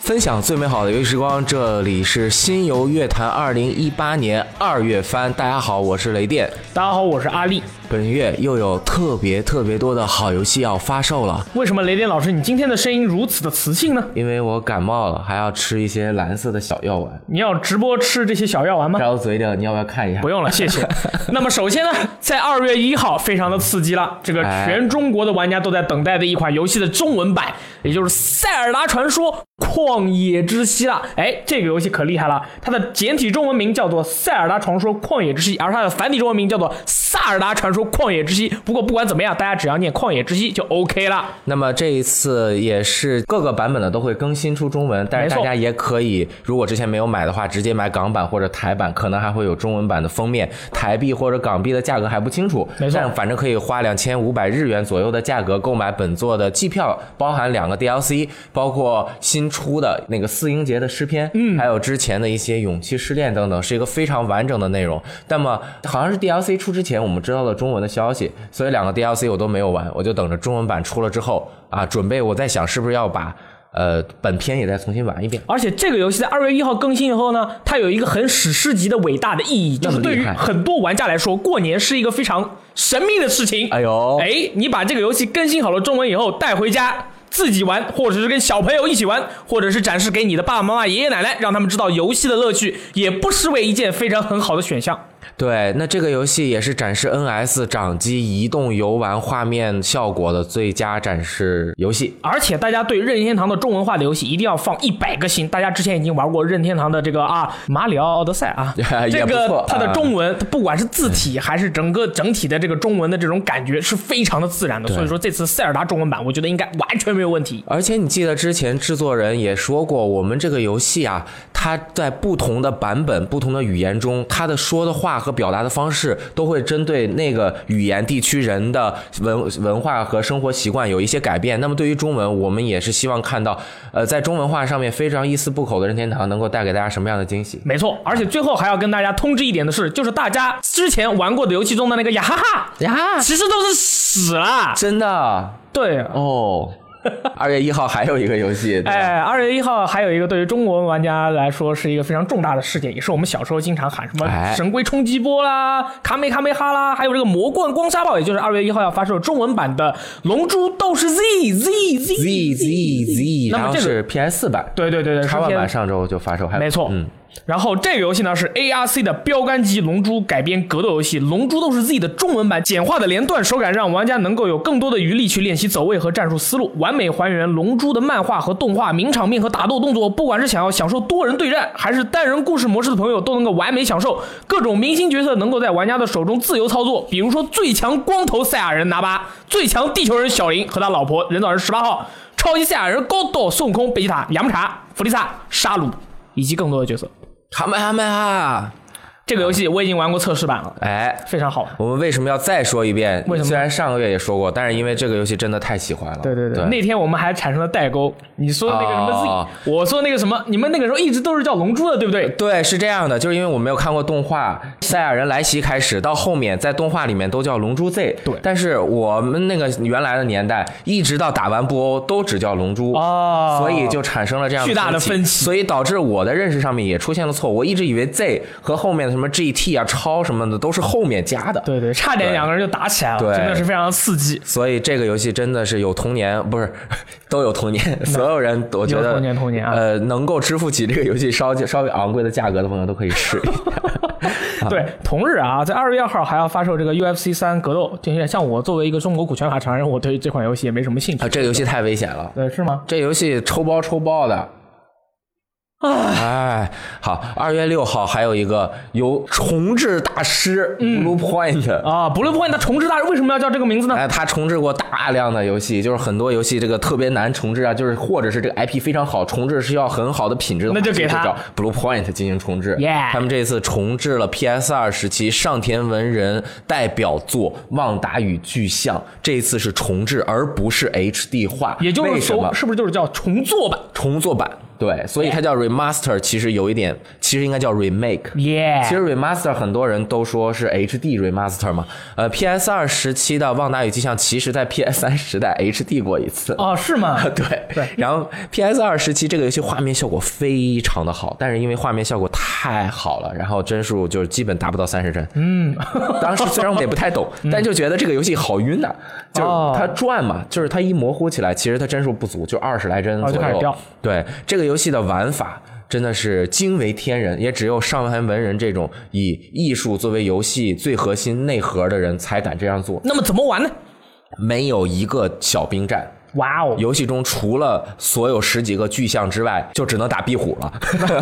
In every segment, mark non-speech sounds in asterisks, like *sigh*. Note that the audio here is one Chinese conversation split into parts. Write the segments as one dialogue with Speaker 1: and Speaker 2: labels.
Speaker 1: 分享最美好的游戏时光，这里是新游乐坛二零一八年二月番。大家好，我是雷电。
Speaker 2: 大家好，我是阿力。
Speaker 1: 本月又有特别特别多的好游戏要发售了，
Speaker 2: 为什么雷电老师你今天的声音如此的磁性呢？
Speaker 1: 因为我感冒了，还要吃一些蓝色的小药丸。
Speaker 2: 你要直播吃这些小药丸吗？
Speaker 1: 在我嘴里的，你要不要看一下？
Speaker 2: 不用了，谢谢。那么首先呢，在二月一号，非常的刺激了，这个全中国的玩家都在等待的一款游戏的中文版，也就是《塞尔达传说：旷野之息》了。哎，这个游戏可厉害了，它的简体中文名叫做《塞尔达传说：旷野之息》，而它的繁体中文名叫做《萨尔达传说：旷野之息》。不过不管怎么样，大家只要念《旷野之息》就 OK 了。
Speaker 1: 那么这一次也是各个版本的都会更新出中文，但是
Speaker 2: 没
Speaker 1: 大
Speaker 2: 错
Speaker 1: 家也可以，如果之前没有买的话，直接买港版或者台版，可能还会有中文版的封面。台币或者港币的价格还不清楚，
Speaker 2: 没错
Speaker 1: 但反正可以花两千五百日元左右的价格购买本作的季票，包含两个 DLC，包括新出的那个四英杰的诗篇，嗯，还有之前的一些勇气试炼等等，是一个非常完整的内容。那么好像是 DLC 出之前，我们知道了中文的消息，所以两个 DLC 我都没有玩，我就等着中文版出了之后啊，准备我在想是不是要把呃本片也再重新玩一遍。
Speaker 2: 而且这个游戏在二月一号更新以后呢，它有一个很史诗级的伟大的意义，就是
Speaker 1: 那么
Speaker 2: 对
Speaker 1: 厉
Speaker 2: 于
Speaker 1: 害
Speaker 2: 很多玩家来说，过年是一个非常神秘的事情。
Speaker 1: 哎呦，
Speaker 2: 哎，你把这个游戏更新好了中文以后带回家。自己玩，或者是跟小朋友一起玩，或者是展示给你的爸爸妈妈、爷爷奶奶，让他们知道游戏的乐趣，也不失为一件非常很好的选项。
Speaker 1: 对，那这个游戏也是展示 NS 掌机移动游玩画面效果的最佳展示游戏。，
Speaker 2: 而且大家对任天堂的中文化的游戏一定要放一百个心。大家之前已经玩过任天堂的这个啊《马里奥奥德赛》啊
Speaker 1: *laughs* 也
Speaker 2: 这
Speaker 1: 不错
Speaker 2: 个它的
Speaker 1: 啊
Speaker 2: 中文，它不管是字体还是整个整体的这个中文的这种感觉是非常的自然的。所以说这次塞尔达中文版，我觉得应该完全没有问题。
Speaker 1: 而且你记得之前制作人也说过，我们这个游戏啊，它在不同的版本、不同的语言中，它的说的话和表达的方式都会针对那个语言地区人的文文化和生活习惯有一些改变。那么对于中文，我们也是希望看到，呃，在中文化上面非常一丝不苟的任天堂能够带给大家什么样的惊喜？
Speaker 2: 没错，而且最后还要跟大家通知一点的是，就是大家之前玩过的游戏中的那个雅哈哈，
Speaker 1: 呀，
Speaker 2: 其实都是屎啦。
Speaker 1: 真的。
Speaker 2: 对，
Speaker 1: 哦，二月一号还有一个游戏，对吧
Speaker 2: *laughs* 哎，二月一号还有一个对于中国玩家来说是一个非常重大的事件，也是我们小时候经常喊什么
Speaker 1: 哎
Speaker 2: “神龟冲击波”啦、“卡梅卡梅哈”啦，还有这个“魔棍光沙暴”，也就是二月一号要发售的中文版的《龙珠斗士 Z Z
Speaker 1: Z
Speaker 2: Z
Speaker 1: Z Z，
Speaker 2: 那
Speaker 1: 然
Speaker 2: 么
Speaker 1: 后
Speaker 2: 这个
Speaker 1: 是 PS 四版，
Speaker 2: 对对对对，
Speaker 1: 插
Speaker 2: 是
Speaker 1: 万
Speaker 2: 偏
Speaker 1: 版上周就发售，还
Speaker 2: 没错，
Speaker 1: 嗯，
Speaker 2: 然后这个游戏呢是 ARC 的标杆级龙珠改编格斗游戏《龙珠斗士 Z》的中文版，简化的连段手感让玩家能够有更多的余力去练习走位和战术思路，完美还原龙珠的漫画和动画名场面和打斗动作。不管是想要享受多人对战，还是单人故事模式的朋友，都能够完美享受。各种明星角色能够在玩家的手中自由操作，比如说最强光头赛亚人拿巴、最强地球人小林和他老婆人造人十八号、超级赛亚人高斗、孙悟空、贝吉塔、雅木茶、弗利萨、沙鲁以及更多的角色。
Speaker 1: 卡麦哈麦哈，
Speaker 2: 这个游戏我已经玩过测试版了，
Speaker 1: 哎。
Speaker 2: 非常好玩。
Speaker 1: 我们为什么要再说一遍？
Speaker 2: 为什么
Speaker 1: 虽然上个月也说过，但是因为这个游戏真的太喜欢了。对
Speaker 2: 那天我们还产生了代沟。你说那个什
Speaker 1: 哦
Speaker 2: 么 Z，、我说那个什么，你们那个时候一直都是叫龙珠的，对不对？
Speaker 1: 对，是这样的，就是因为我没有看过动画《赛亚人来袭》开始到后面，在动画里面都叫《龙珠 Z》。
Speaker 2: 对
Speaker 1: 但是我们那个原来的年代，一直到打完布欧都只叫龙珠
Speaker 2: 哦
Speaker 1: 所以就产生了这样
Speaker 2: 巨大的分歧
Speaker 1: 所以导致我的认识上面也出现了错误。我一直以为 Z 和后面的什么 GT 啊、超什么的都是后面加的。
Speaker 2: 对对，差点两个人就打起来了，
Speaker 1: 对
Speaker 2: 真的是非常刺激。
Speaker 1: 所以这个游戏真的是有童年，不是都有童年，所有人我觉得
Speaker 2: 有童年童年啊
Speaker 1: 呃，能够支付起这个游戏稍稍微昂贵的价格的朋友都可以试一下。
Speaker 2: 对，同日啊，在二月二号还要发售这个 UFC 三格斗，就有点像我作为一个中国股权法常人，我对这款游戏也没什么兴
Speaker 1: 啊，
Speaker 2: 趣。
Speaker 1: 这个游戏太危险了。
Speaker 2: 对，是吗？
Speaker 1: 这游戏抽包抽爆的。哎，好，二月六号还有一个由重置大师
Speaker 2: 嗯
Speaker 1: Blue Point，、
Speaker 2: 啊，不论不问它重置大人为什么要叫这个名字呢？
Speaker 1: 哎，他重置过大量的游戏，就是很多游戏这个特别难重置啊，就是或者是这个 IP 非常好，重置是要很好的品质的话，
Speaker 2: 那就给
Speaker 1: 他
Speaker 2: 他
Speaker 1: 找 Blue Point 进行重置。
Speaker 2: Yeah
Speaker 1: 他们这次重置了 PS 二时期上田文人代表作《旺达与巨像》，这一次是重置，而不是 HD 化，
Speaker 2: 也就
Speaker 1: 为
Speaker 2: 是
Speaker 1: 什么
Speaker 2: 说，是不是就是叫重做版？
Speaker 1: 重做版？对，所以它叫 remaster，其实有一点，其实应该叫 remake。
Speaker 2: 耶、
Speaker 1: 其实 remaster 很多人都说是 HD remaster 嘛，呃，PS 二时期的《旺达与迹象》其实在 PS 三时代 HD 过一次。
Speaker 2: 哦，是
Speaker 1: *laughs*
Speaker 2: 吗？
Speaker 1: 对，然后 PS 二时期这个游戏画面效果非常的好，但是因为画面效果太好了，然后帧数就是基本达不到三十帧。嗯，当时虽然我们也不太懂，但就觉得这个游戏好晕呐、就是
Speaker 2: 嗯哦
Speaker 1: 它转嘛，就是它一模糊起来，其实它帧数不足，就二十来帧
Speaker 2: 哦
Speaker 1: 左
Speaker 2: 就开始
Speaker 1: 右
Speaker 2: 掉。
Speaker 1: 对这个游戏的玩法。真的是惊为天人，也只有上韩文人这种以艺术作为游戏最核心内核的人才敢这样做。
Speaker 2: 那么怎么玩呢？
Speaker 1: 没有一个小兵站，
Speaker 2: 哇哦，
Speaker 1: 游戏中除了所有十几个巨象之外，就只能打壁虎了。
Speaker 2: *laughs*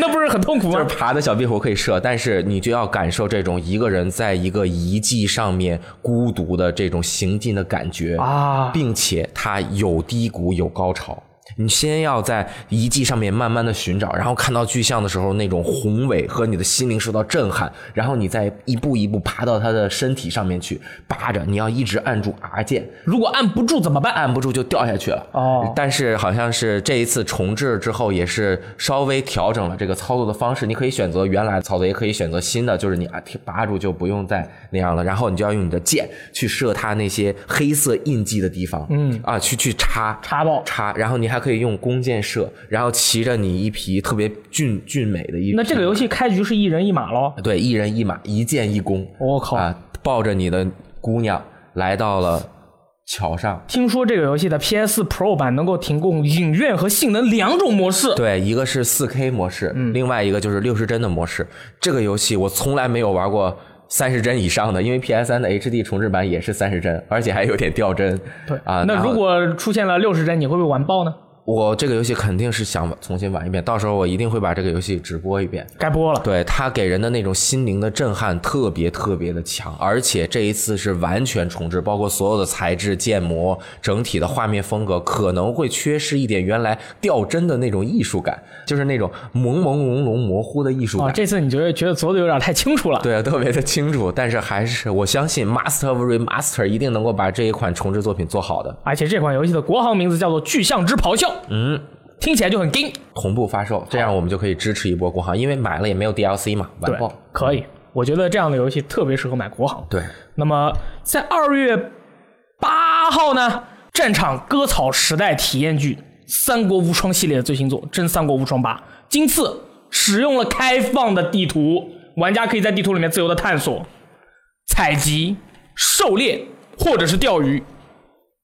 Speaker 2: 那不是很痛苦
Speaker 1: 就是
Speaker 2: 吗？
Speaker 1: 爬的小壁虎可以射，但是你就要感受这种一个人在一个遗迹上面孤独的这种行进的感觉
Speaker 2: 啊
Speaker 1: 并且它有低谷有高潮。你先要在遗迹上面慢慢的寻找，然后看到巨像的时候，那种宏伟和你的心灵受到震撼，然后你再一步一步爬到它的身体上面去扒着，你要一直按住 R 键，
Speaker 2: 如果按不住怎么办？
Speaker 1: 按不住就掉下去了。
Speaker 2: 哦
Speaker 1: 但是好像是这一次重置之后，也是稍微调整了这个操作的方式。你可以选择原来的操作，也可以选择新的，就是你啊贴拔住就不用再那样了。然后你就要用你的剑去射它那些黑色印记的地方，嗯啊，去去插
Speaker 2: 插爆
Speaker 1: 插。然后你还可以用弓箭射，然后骑着你一匹特别俊俊美的一匹
Speaker 2: 那这个游戏开局是一人一马喽？
Speaker 1: 对一人一马一箭一弓，
Speaker 2: 我靠
Speaker 1: 啊，抱着你的姑娘来到了桥上。
Speaker 2: 听说这个游戏的 PS Pro 版能够提供影院和性能两种模 *laughs* 式。
Speaker 1: 对，一个是4 K 模式，
Speaker 2: 嗯
Speaker 1: 另外一个就是六十帧的模式。这个游戏我从来没有玩过三十帧以上的，因为 PS 3的 HD 重置版也是三十帧，而且还有点掉帧。对啊，
Speaker 2: 那
Speaker 1: 然后
Speaker 2: 如果出现了六十帧，你会不会玩爆呢？
Speaker 1: 我这个游戏肯定是想重新玩一遍，到时候我一定会把这个游戏直播一遍。
Speaker 2: 该播了。
Speaker 1: 对它给人的那种心灵的震撼特别特别的强，而且这一次是完全重置，包括所有的材质、建模、整体的画面风格，可能会缺失一点原来掉帧的那种艺术感，就是那种朦朦胧胧、模糊的艺术
Speaker 2: 哦，
Speaker 1: 感。
Speaker 2: 这次你就会觉得做的有点太清楚了。
Speaker 1: 对，特别的清楚，但是还是我相信 Master of Remaster 一定能够把这一款重置作品做好的，
Speaker 2: 而且这款游戏的国行名字叫做《巨象之咆哮》，嗯，听起来就很 gay。
Speaker 1: 同步发售，这样我们就可以支持一波国行，因为买了也没有 DLC 嘛，完
Speaker 2: 对
Speaker 1: 爆。，
Speaker 2: 可以，我觉得这样的游戏特别适合买国行。
Speaker 1: 对，
Speaker 2: 那么在二月八号呢，战场割草时代体验剧《三国无双》系列的最新作《真三国无双八》，今次使用了开放的地图，玩家可以在地图里面自由的探索、采集、狩猎或者是钓鱼。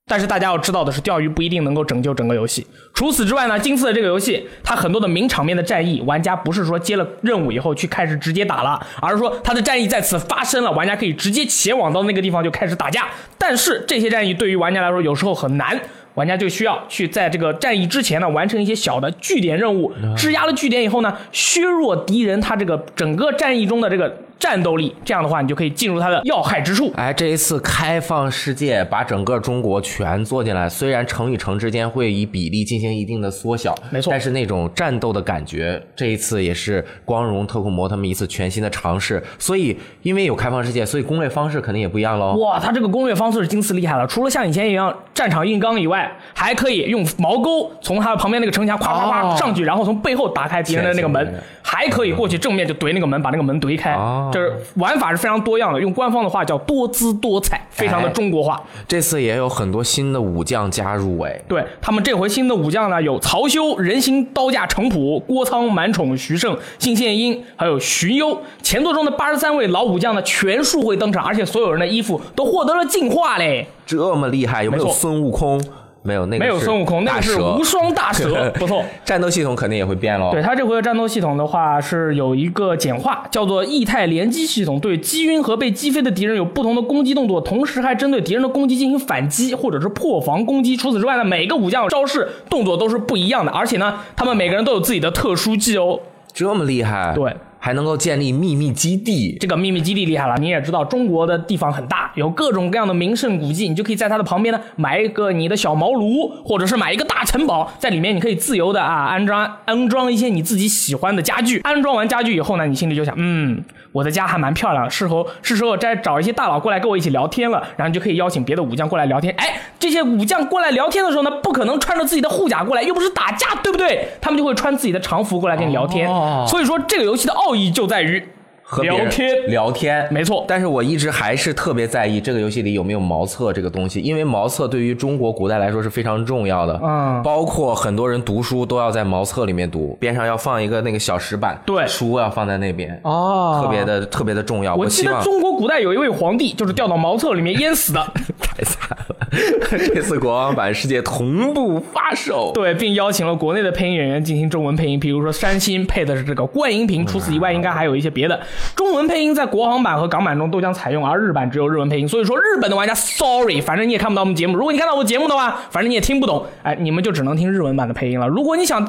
Speaker 2: 但是大家要知道的是，钓鱼不一定能够拯救整个游戏。除此之外呢，今次的这个游戏，它很多的名场面的战役，玩家不是说接了任务以后去开始直接打了，而是说它的战役在此发生了，玩家可以直接前往到那个地方就开始打架。但是这些战役对于玩家来说有时候很难，玩家就需要去在这个战役之前呢完成一些小的据点任务，质押了据点以后呢，削弱敌人他这个整个战役中的这个战斗力。这样的话，你就可以进入他的要害之处。
Speaker 1: 哎，这一次开放世界把整个中国全做进来，虽然城与城之间会以比例进行一定的缩小，
Speaker 2: 没错
Speaker 1: 但是那种战斗的感觉，这一次也是光荣特库摩他们一次全新的尝试。所以，因为有开放世界，所以攻略方式肯定也不一样喽。
Speaker 2: 哇，它这个攻略方式是今次厉害了，除了像以前一样战场硬刚以外，还可以用矛钩从它旁边那个城墙咵咵咵
Speaker 1: 哦
Speaker 2: 上去，然后从背后打开敌人的那个
Speaker 1: 前行
Speaker 2: 门
Speaker 1: 的，
Speaker 2: 还可以过去正面就怼那个门，把那个门怼开
Speaker 1: 嗯哦。
Speaker 2: 就是玩法是非常多样的，用官方的话叫多姿多彩，非常的
Speaker 1: 哎
Speaker 2: 中国化。
Speaker 1: 这次也有很多新的武将加入，哎，
Speaker 2: 对他们这回新的武将呢，有曹休、人形刀架程普、郭苍、满宠、徐盛、信献英，还有荀攸。前作中的八十三位老武将呢，全数会登场，而且所有人的衣服都获得了进化嘞。
Speaker 1: 这么厉害，有没有
Speaker 2: 没错
Speaker 1: 孙悟空？没有，那个
Speaker 2: 没有
Speaker 1: 是
Speaker 2: 孙悟空，那
Speaker 1: 大
Speaker 2: 个是
Speaker 1: 蛇，
Speaker 2: 无双大蛇
Speaker 1: *laughs*
Speaker 2: 不错。
Speaker 1: 战斗系统肯定也会变喽。
Speaker 2: 对它这回的战斗系统的话，是有一个简化，叫做液态连击系统，对击晕和被击飞的敌人有不同的攻击动作，同时还针对敌人的攻击进行反击或者是破防攻击。除此之外呢，每个武将招式动作都是不一样的，而且呢，他们每个人都有自己的特殊技哦。
Speaker 1: 这么厉害，
Speaker 2: 对，
Speaker 1: 还能够建立秘密基地。
Speaker 2: 这个秘密基地厉害了，你也知道，中国的地方很大，有各种各样的名胜古迹，你就可以在它的旁边呢买一个你的小茅庐，或者是买一个大城堡，在里面你可以自由的啊安装安装一些你自己喜欢的家具。安装完家具以后呢，你心里就想，嗯，我的家还蛮漂亮的，是候是时候再找一些大佬过来跟我一起聊天了。然后你就可以邀请别的武将过来聊天。哎，这些武将过来聊天的时候呢，不可能穿着自己的护甲过来，又不是打架，对不对？他们就会穿自己的常服过来跟你聊天。
Speaker 1: 哦
Speaker 2: 所以说，这个游戏的奥义就在于
Speaker 1: 和别
Speaker 2: 聊
Speaker 1: 人
Speaker 2: 天。
Speaker 1: 聊天，
Speaker 2: 没错
Speaker 1: 但是我一直还是特别在意这个游戏里有没有茅厕这个东西，因为茅厕对于中国古代来说是非常重要的。
Speaker 2: 嗯
Speaker 1: 包括很多人读书都要在茅厕里面读，边上要放一个那个小石板，
Speaker 2: 对
Speaker 1: 书要放在那边，
Speaker 2: 哦
Speaker 1: 特别。的特别的重要。
Speaker 2: 我记
Speaker 1: 希
Speaker 2: 得
Speaker 1: 望
Speaker 2: 中国古代有一位皇帝，就是掉到茅厕里面淹
Speaker 1: *laughs*
Speaker 2: 死的，
Speaker 1: 太惨了， *laughs* 这次国王版世界同步发售。
Speaker 2: 对，并邀请了国内的配音演员进行中文配音，比如说山新配的是这个观音瓶，除此以外应该还有一些别的。中文配音在国行版和港版中都将采用，而日版只有日文配音。所以说日本的玩家，sorry，反正你也看不到我们节目，如果你看到我节目的话，反正你也听不懂，哎，你们就只能听日文版的配音了。如果你想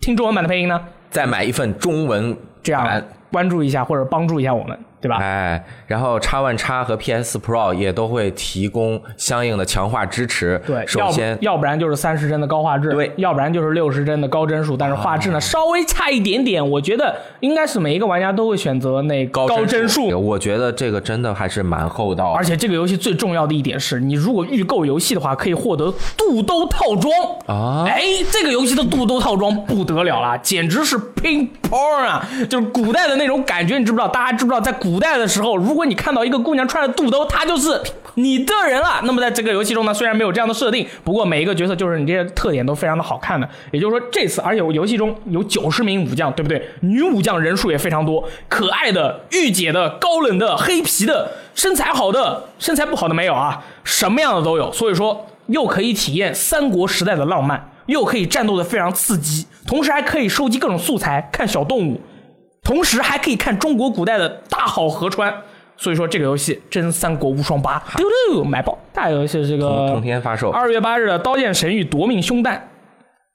Speaker 2: 听中文版的配音呢，
Speaker 1: 再买一份中文
Speaker 2: 这样啊
Speaker 1: 版
Speaker 2: 关注一下或者帮助一下我们，对吧？
Speaker 1: 哎，然后 X One X 和 PS Pro 也都会提供相应的强化支持。
Speaker 2: 对，
Speaker 1: 首先
Speaker 2: 要不要不然就是三十帧的高画质，
Speaker 1: 对啊
Speaker 2: 要不然就是六十帧的高帧数，但是画质呢、稍微差一点点。我觉得应该是每一个玩家都会选择那
Speaker 1: 高
Speaker 2: 高帧
Speaker 1: 帧
Speaker 2: 数。
Speaker 1: 我觉得这个真的还是蛮厚道的。
Speaker 2: 而且这个游戏最重要的一点是，你如果预购游戏的话，可以获得肚兜套装
Speaker 1: 啊
Speaker 2: 哎，这个游戏的肚兜套装不得了啦，简直是 ping pong 啊！就是古代的那种感觉，你知不知道？大家知不知道？在古代的时候，如果你看到一个姑娘穿着肚兜，她就是你的人了。那么在这个游戏中呢，虽然没有这样的设定，不过每一个角色就是你这些特点都非常的好看的。也就是说，这次而且我游戏中有九十名武将，对不对？女武将人数也非常多，可爱的、御姐的、高冷的、黑皮的、身材好的、身材不好的没有啊，什么样的都有。所以说，又可以体验三国时代的浪漫，又可以战斗的非常刺激，同时还可以收集各种素材、看小动物，同时还可以看中国古代的大好河川。所以说这个游戏真三国无双八，丢丢买爆！大游戏这个
Speaker 1: 同天发售
Speaker 2: 二月八日的《刀剑神域：夺命凶弹》。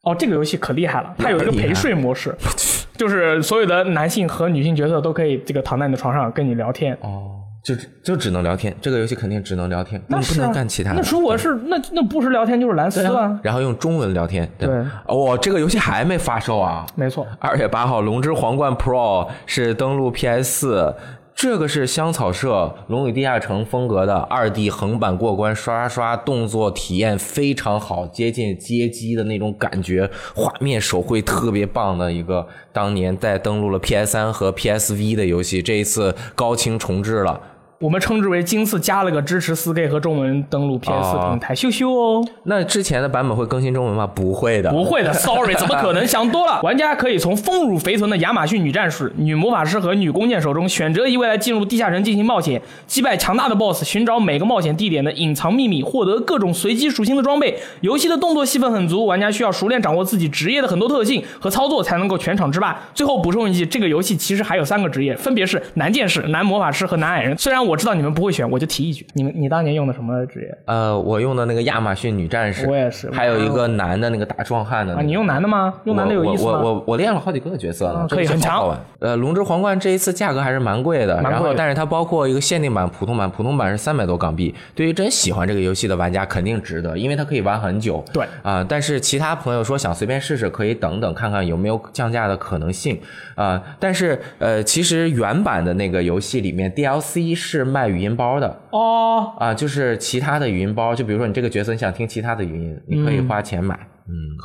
Speaker 2: 哦，这个游戏可厉害了，它有一个陪睡
Speaker 1: *laughs*
Speaker 2: 模式，就是所有的男性和女性角色都可以这个躺在你的床上跟你聊天。
Speaker 1: 哦，就只就只能聊天，这个游戏肯定只能聊天，
Speaker 2: 那
Speaker 1: 你不
Speaker 2: 是啊
Speaker 1: 能干其他
Speaker 2: 那
Speaker 1: 的。
Speaker 2: 如果是啊那那不是聊天就是蓝丝啊，
Speaker 1: 然后用中文聊天，对
Speaker 2: 对
Speaker 1: 吧？我、这个游戏还没发售啊！
Speaker 2: 没错。
Speaker 1: 二月八号，《龙之皇冠 Pro》是登陆 PS 四，这个是香草社《龙与地下城》风格的二 D 横版过关，刷刷刷，动作体验非常好，接近街机的那种感觉，画面手绘特别棒的一个当年在登陆了 PS 三和 PSV 的游戏，这一次高清重置了。
Speaker 2: 我们称之为今次加了个支持 4K 和中文登录 PS
Speaker 1: 哦
Speaker 2: 平台，羞羞哦。
Speaker 1: 那之前的版本会更新中文吗？不会的，
Speaker 2: 不会的，sorry，怎么可能？想多了。玩家可以从丰乳肥臀的亚马逊女战士、女魔法师和女弓箭手中选择一位来进入地下城进行冒险，击败强大的 BOSS，寻找每个冒险地点的隐藏秘密，获得各种随机属性的装备。游戏的动作戏份很足，玩家需要熟练掌握自己职业的很多特性和操作，才能够全场制霸。最后补充一句，这个游戏其实还有三个职业，分别是男剑士、男魔法师和男矮人。虽然我知道你们不会选，我就提一句，你们你当年用的什么职业
Speaker 1: 呃，我用的那个亚马逊女战士，
Speaker 2: 我也是
Speaker 1: 还有一个男的那个大壮汉的、那
Speaker 2: 啊？
Speaker 1: 个
Speaker 2: 你用男的吗？用男的有意思吗？
Speaker 1: 我我我我练了好几个角色呢
Speaker 2: 嗯，
Speaker 1: 这个
Speaker 2: 可以
Speaker 1: 是
Speaker 2: 很
Speaker 1: 好
Speaker 2: 强
Speaker 1: 好玩。呃，龙之皇冠这一次价格还是蛮贵的，
Speaker 2: 蛮贵的
Speaker 1: 然后但是它包括一个限定版、普通版，普通版是三百多港币。对于真喜欢这个游戏的玩家，肯定值得，因为它可以玩很久。
Speaker 2: 对
Speaker 1: 啊、但是其他朋友说想随便试试，可以等等看看有没有降价的可能性啊、但是呃，其实原版的那个游戏里面 DLC 是卖语音包的。
Speaker 2: 哦，
Speaker 1: 啊，就是其他的语音包，就比如说你这个角色你想听其他的语音，你可以
Speaker 2: 嗯
Speaker 1: 花钱买。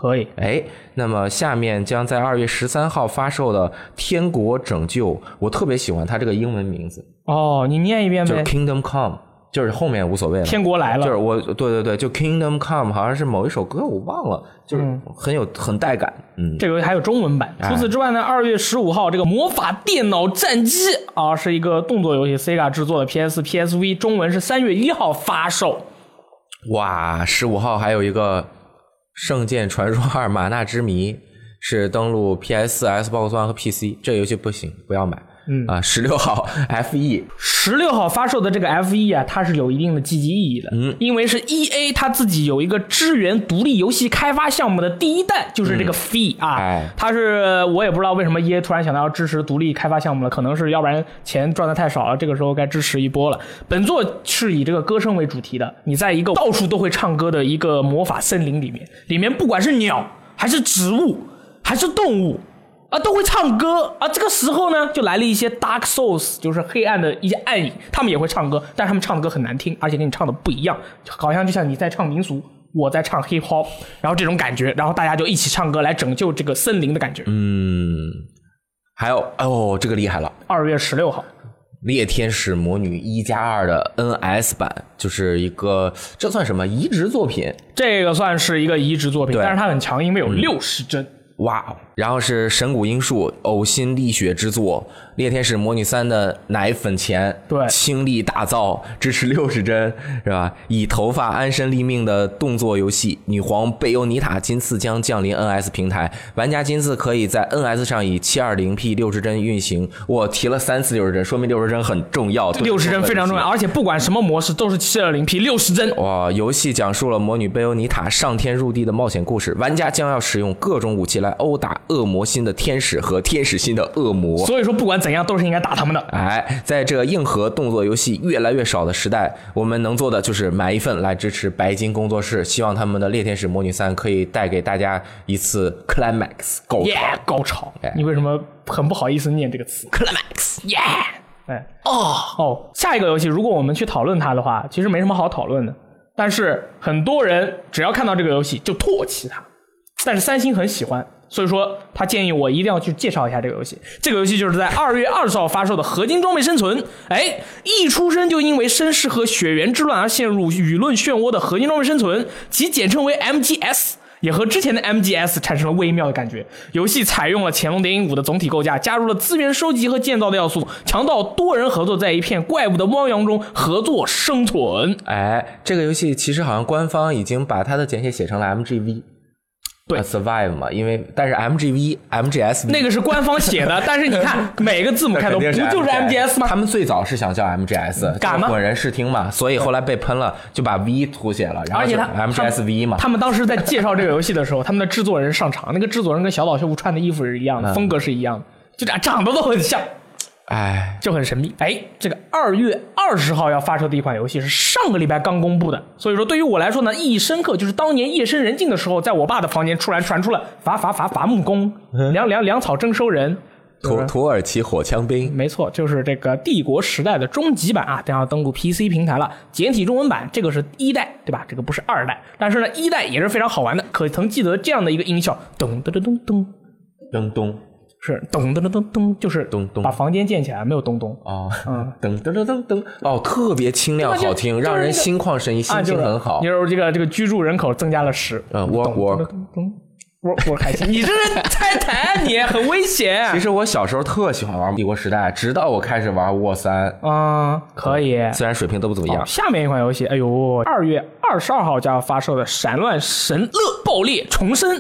Speaker 2: 可以。
Speaker 1: 哎，那么下面将在二月十三号发售的《天国拯救》，我特别喜欢它这个英文名字，
Speaker 2: 哦，你念一遍
Speaker 1: 就是
Speaker 2: 呗。
Speaker 1: Kingdom Come，就是后面无所谓了。
Speaker 2: 天国来了，
Speaker 1: 就是我，对对对，就 Kingdom Come，好像是某一首歌，我忘了，
Speaker 2: 嗯
Speaker 1: 就是很有、很带感，嗯，
Speaker 2: 这个游戏还有中文版。
Speaker 1: 哎
Speaker 2: 除此之外呢，二月十五号这个《魔法电脑战机》啊，是一个动作游戏，Sega 制作的 PS、PSV，中文是三月一号发售。
Speaker 1: 哇，十五号还有一个《圣剑传说二：玛纳之谜》，是登陆 PS、Xbox One 和 PC，这个游戏不行，不要买。嗯啊，十六号 F E
Speaker 2: 十六号发售的这个 F 一啊，它是有一定的积极意义的，嗯，因为是 E A 它自己有一个支援独立游戏开发项目的第一弹，就是这个 Fee 啊，
Speaker 1: 哎
Speaker 2: 它是我也不知道为什么 E A 突然想到要支持独立开发项目了，可能是要不然钱赚的太少了，这个时候该支持一波了。本作是以这个歌声为主题的，你在一个到处都会唱歌的一个魔法森林里面，里面不管是鸟还是植物还是动物。啊，都会唱歌啊。这个时候呢，就来了一些 Dark Souls，就是黑暗的一些暗影，他们也会唱歌，但是他们唱的歌很难听，而且跟你唱的不一样，好像就像你在唱民俗，我在唱 hip hop，然后这种感觉，然后大家就一起唱歌来拯救这个森林的感觉。
Speaker 1: 嗯还有哦，这个厉害了，
Speaker 2: 二、月十六号，
Speaker 1: 猎天使魔女一加二的 NS 版，就是一个这算什么移植作品？
Speaker 2: 这个算是一个移植作品，
Speaker 1: 对
Speaker 2: 但是它很强，因为有六十帧。
Speaker 1: 哇哦！然后是神谷英树呕心沥血之作《猎天使魔女三》的奶粉钱，
Speaker 2: 对
Speaker 1: 倾力打造，支持六十帧，是吧？以头发安身立命的动作游戏，女皇贝欧妮塔今次将降临 NS 平台，玩家今次可以在 NS 上以 720P 六十帧运行。我提了三次六十帧，说明六十帧很重要，对
Speaker 2: 六十帧哦
Speaker 1: 我
Speaker 2: 非常重要，而且不管什么模式都是七二零 P 六十帧，
Speaker 1: 哇！游戏讲述了魔女贝欧妮塔上天入地的冒险故事，玩家将要使用各种武器来殴打恶魔心的天使和天使心的恶魔。
Speaker 2: 所以说不管怎样都是应该打他们的。
Speaker 1: 哎，在这个硬核动作游戏越来越少的时代，我们能做的就是买一份来支持白金工作室，希望他们的《猎天使魔女三》可以带给大家一次 climax 狗
Speaker 2: 耶、高潮
Speaker 1: 哎！
Speaker 2: 你为什么很不好意思念这个词？
Speaker 1: climax。
Speaker 2: 耶、哎，哦哦，下一个游戏，如果我们去讨论它的话，其实没什么好讨论的。但是很多人只要看到这个游戏就唾弃它，但是三星很喜欢，所以说他建议我一定要去介绍一下这个游戏。这个游戏就是在二月二十号发售的《合金装备生存》。哎，一出生就因为身世和血缘之乱而陷入舆论漩涡的《合金装备生存》，其简称为 MGS。也和之前的 MGS 产生了微妙的感觉。游戏采用了《潜龙谍影五》的总体构架，加入了资源收集和建造的要素，强调多人合作在一片怪物的汪洋中合作生存。
Speaker 1: 哎，这个游戏其实好像官方已经把它的简写写成了 MGV。
Speaker 2: 对
Speaker 1: 啊，survive 嘛，因为但是 MGV、MGS
Speaker 2: 那个是官方写的，但是你看每个字母开头不就是 MGS 吗
Speaker 1: 他？们最早是想叫 MGS，
Speaker 2: 敢吗
Speaker 1: 就是混人视听嘛，所以后来被喷了，就把 V 凸写了，然后
Speaker 2: 而且
Speaker 1: 就
Speaker 2: 他他
Speaker 1: MGSV 嘛。
Speaker 2: 他们当时在介绍这个游戏的时候，他们的制作人上场，那个制作人跟小岛秀夫穿的衣服是一样的，风格是一样的，就俩长得都很像，
Speaker 1: 哎，
Speaker 2: 就很神秘。哎，这个二月二十号要发售的一款游戏是上个礼拜刚公布的，所以说对于我来说呢，意义深刻，就是当年夜深人静的时候，在我爸的房间突然传出了伐伐伐伐木工，粮粮粮草征收人，嗯
Speaker 1: 土土耳其火枪兵，
Speaker 2: 没错，就是这个帝国时代的终极版啊，将要登陆 PC 平台了。简体中文版这个是一代，对吧？这个不是二代，但是呢，一代也是非常好玩的。可曾记得这样的一个音效？咚噔噔噔噔，
Speaker 1: 噔咚
Speaker 2: 是咚噔噔噔噔，就是
Speaker 1: 咚咚
Speaker 2: 把房间建起来，没有咚咚。
Speaker 1: 哦，噔噔噔噔噔，哦，特别清亮
Speaker 2: 嗯对吧就
Speaker 1: 好听，
Speaker 2: 就是
Speaker 1: 让
Speaker 2: 那
Speaker 1: 人
Speaker 2: 个
Speaker 1: 心旷神怡，
Speaker 2: 啊，
Speaker 1: 心
Speaker 2: 就
Speaker 1: 情
Speaker 2: 是
Speaker 1: 很好
Speaker 2: 就。是这个这个居住人口增加了十。
Speaker 1: 嗯，我我
Speaker 2: 咚噔噔，我我开心。你这是拆台，你很危险。
Speaker 1: *laughs* 其实我小时候特喜欢玩《帝国时代》，直到我开始玩《沃三》，
Speaker 2: 嗯，可以。
Speaker 1: 虽然水平都不怎么样
Speaker 2: 好，下面一款游戏，哎呦，二月二十二号就要发售的《闪乱神乐爆裂重生》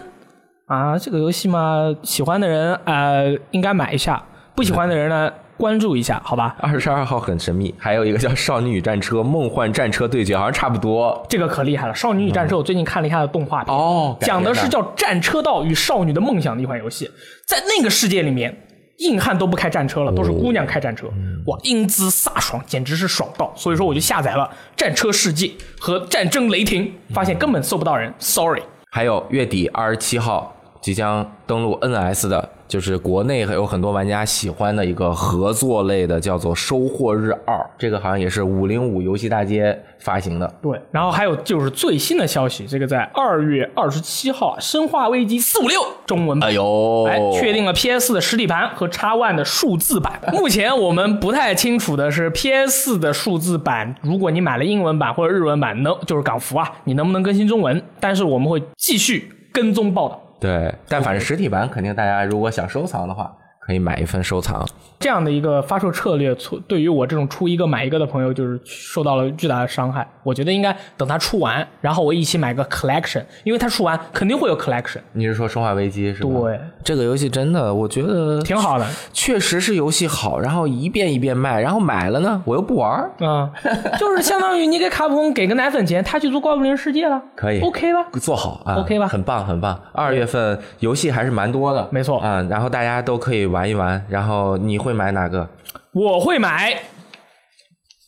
Speaker 2: 啊，这个游戏嘛，喜欢的人呃应该买一下，不喜欢的人呢关注一下，好吧？
Speaker 1: 二十二号很神秘，还有一个叫《少女与战车》《梦幻战车对决》，好像差不多
Speaker 2: 这个可厉害了，《少女与战车》我最近看了一下它的动画片，
Speaker 1: 哦
Speaker 2: 讲的是叫《战车道与少女的梦想》的一款游戏，在那个世界里面，硬汉都不开战车了，都是姑娘开战车，哇，英姿飒爽，简直是爽到！所以说我就下载了《战车世界》和《战争雷霆》，发现根本搜不到人，sorry。
Speaker 1: 还有月底二十七号即将登陆 NS 的，就是国内有很多玩家喜欢的一个合作类的，叫做《收获日二》，这个好像也是五零五游戏大街发行的。
Speaker 2: 对，然后还有就是最新的消息，这个在二月二十七号，啊，《生化危机四五六》中文版
Speaker 1: 哎。呦，
Speaker 2: 哎，确定了 PS 的实体盘和 X One 的数字版。目前我们不太清楚的是，PS 的数字版，如果你买了英文版或者日文版，能就是港服啊，你能不能更新中文？但是我们会继续跟踪报道。
Speaker 1: 对，但反正实体版肯定大家如果想收藏的话，可以买一份收藏。
Speaker 2: 这样的一个发售策略，错对于我这种出一个买一个的朋友，就是受到了巨大的伤害。我觉得应该等它出完，然后我一起买个 collection，因为它出完肯定会有 collection。
Speaker 1: 你是说《生化危机》是吧？
Speaker 2: 对，
Speaker 1: 这个游戏真的，我觉得
Speaker 2: 挺好的，
Speaker 1: 确实是游戏好，然后一遍一遍卖，然后买了呢，我又不玩儿，
Speaker 2: *laughs* 嗯，就是相当于你给卡普空给个奶粉钱，他去做怪物猎人世界了，
Speaker 1: 可以
Speaker 2: OK 吧？
Speaker 1: 做好啊
Speaker 2: OK 吧
Speaker 1: 很棒，很棒。二月份游戏还是蛮多的，
Speaker 2: 没错
Speaker 1: 啊、然后大家都可以玩一玩。然后你会买哪个？
Speaker 2: 我会买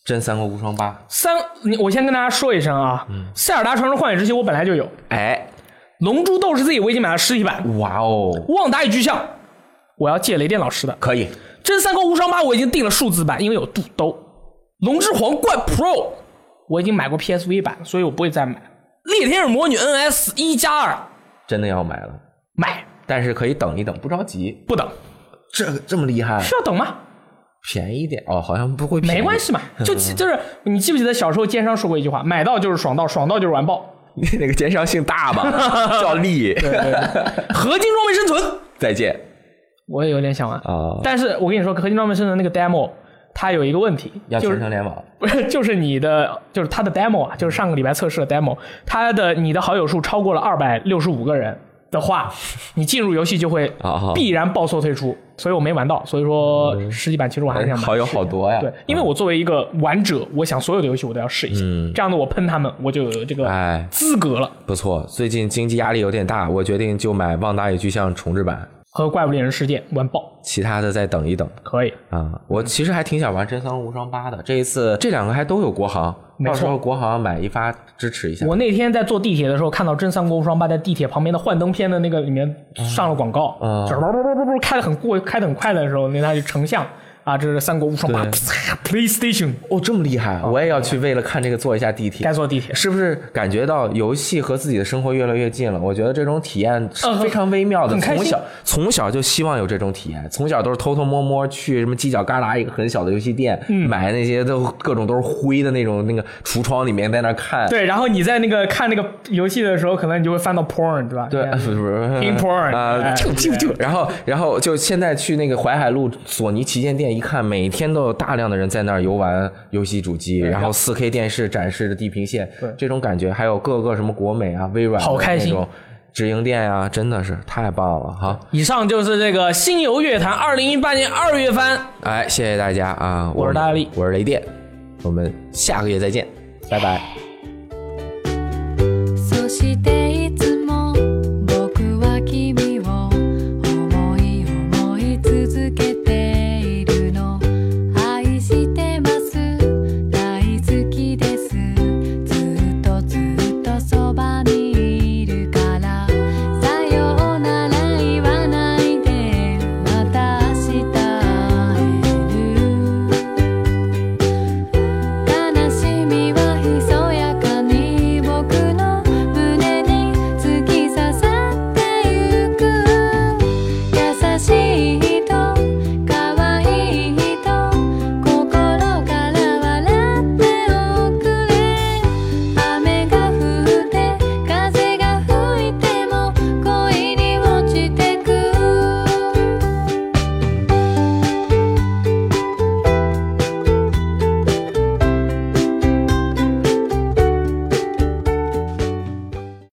Speaker 1: 真三国无双八？
Speaker 2: 三，你我先跟大家说一声啊，塞尔达传说：幻野之息》我本来就有，《
Speaker 1: 哎，
Speaker 2: 龙珠斗士 Z》我已经买了实体版，
Speaker 1: 哇哦，
Speaker 2: 《旺达与巨像》我要借雷电老师的，
Speaker 1: 可以，
Speaker 2: 《真三国无双八》我已经订了数字版，因为有肚兜，《龙之皇冠 Pro》我已经买过 PSV 版，所以我不会再买，《猎天使魔女 NS 一加二》
Speaker 1: 真的要买了，
Speaker 2: 买
Speaker 1: 但是可以等一等，不着急。
Speaker 2: 不等，
Speaker 1: 这个这么厉害，
Speaker 2: 需要等吗？
Speaker 1: 便宜点哦，好像不会便宜。
Speaker 2: 没关系嘛，就就是你记不记得小时候奸商说过一句话：买到就是爽到，爽到就是完爆。
Speaker 1: 你 *laughs* 那个奸商性大
Speaker 2: *laughs*
Speaker 1: 吧？叫利，
Speaker 2: 合金装备生存，
Speaker 1: *laughs* 再见
Speaker 2: 我也有点想玩。
Speaker 1: 啊！
Speaker 2: 但是我跟你说，合金装备生存那个 demo，它有一个问题，
Speaker 1: 要
Speaker 2: 就
Speaker 1: 全
Speaker 2: 是
Speaker 1: 程联网，
Speaker 2: 不是， *laughs* 就是你的，就是它的 demo 啊，就是上个礼拜测试的 demo，它的你的好友数超过了二百六十五个人的话，你进入游戏就会
Speaker 1: 啊嗯
Speaker 2: 必然爆缩退出，所以我没玩到，所以说实体版其实我还是想买。
Speaker 1: 哎好友好多呀。
Speaker 2: 对，因为我作为一个玩者，我想所有的游戏我都要试一下，这样的我喷他们，我就有这个
Speaker 1: 嗯哎，
Speaker 2: 资格了。
Speaker 1: 不错，最近经济压力有点大，我决定就买《旺达与巨像》重置版，
Speaker 2: 和怪物猎人世界完爆，
Speaker 1: 其他的再等一等。
Speaker 2: 可以。
Speaker 1: 啊，我
Speaker 2: 嗯
Speaker 1: 其实还挺想玩《真三国无双八》的。这一次这两个还都有国行，
Speaker 2: 没
Speaker 1: 到
Speaker 2: 错
Speaker 1: 时候国行买一发支持一下。
Speaker 2: 我那天在坐地铁的时候，看到《真三国无双八》在地铁旁边的幻灯片的那个里面上了广告，
Speaker 1: 嗯
Speaker 2: 就是叭叭叭叭叭开的很过，开的很快的时候，那它就成像啊，这是《三国无双八》啪 *laughs* PlayStation
Speaker 1: 哦，这么厉
Speaker 2: 啊
Speaker 1: 害，我也要去为了看这个坐一下地铁
Speaker 2: 该。坐地铁。
Speaker 1: 是不是感觉到游戏和自己的生活越来越近了？我觉得这种体验是非常微妙的。
Speaker 2: 嗯很开
Speaker 1: 从
Speaker 2: 心
Speaker 1: 小从小就希望有这种体验，从小都是偷偷摸摸去什么犄角旮旯一个很小的游戏店、
Speaker 2: 嗯
Speaker 1: 买那些都各种都是灰的那种那个橱窗里面在那看。
Speaker 2: 对，然后你在那个看那个游戏的时候，可能你就会翻到 porn，对吧？
Speaker 1: 对，不是不是
Speaker 2: Ping porn，
Speaker 1: 啊，
Speaker 2: 哎
Speaker 1: 就就
Speaker 2: 对
Speaker 1: 就，然后然后就现在去那个淮海路索尼旗舰店一看，每天都有大量的人在那儿游玩游戏主机，然后四 K 电视展示的地平线
Speaker 2: 对，
Speaker 1: 这种感觉，还有各个什么国美啊、微软的
Speaker 2: 好开心
Speaker 1: 那种直营店啊，真的是太棒了哈！
Speaker 2: *laughs* 以上就是这个新游乐坛二零一八年二月番，
Speaker 1: 哎，谢谢大家啊，
Speaker 2: 我是大力
Speaker 1: 我是雷电，我们下个月再见，拜拜。
Speaker 3: そしていつ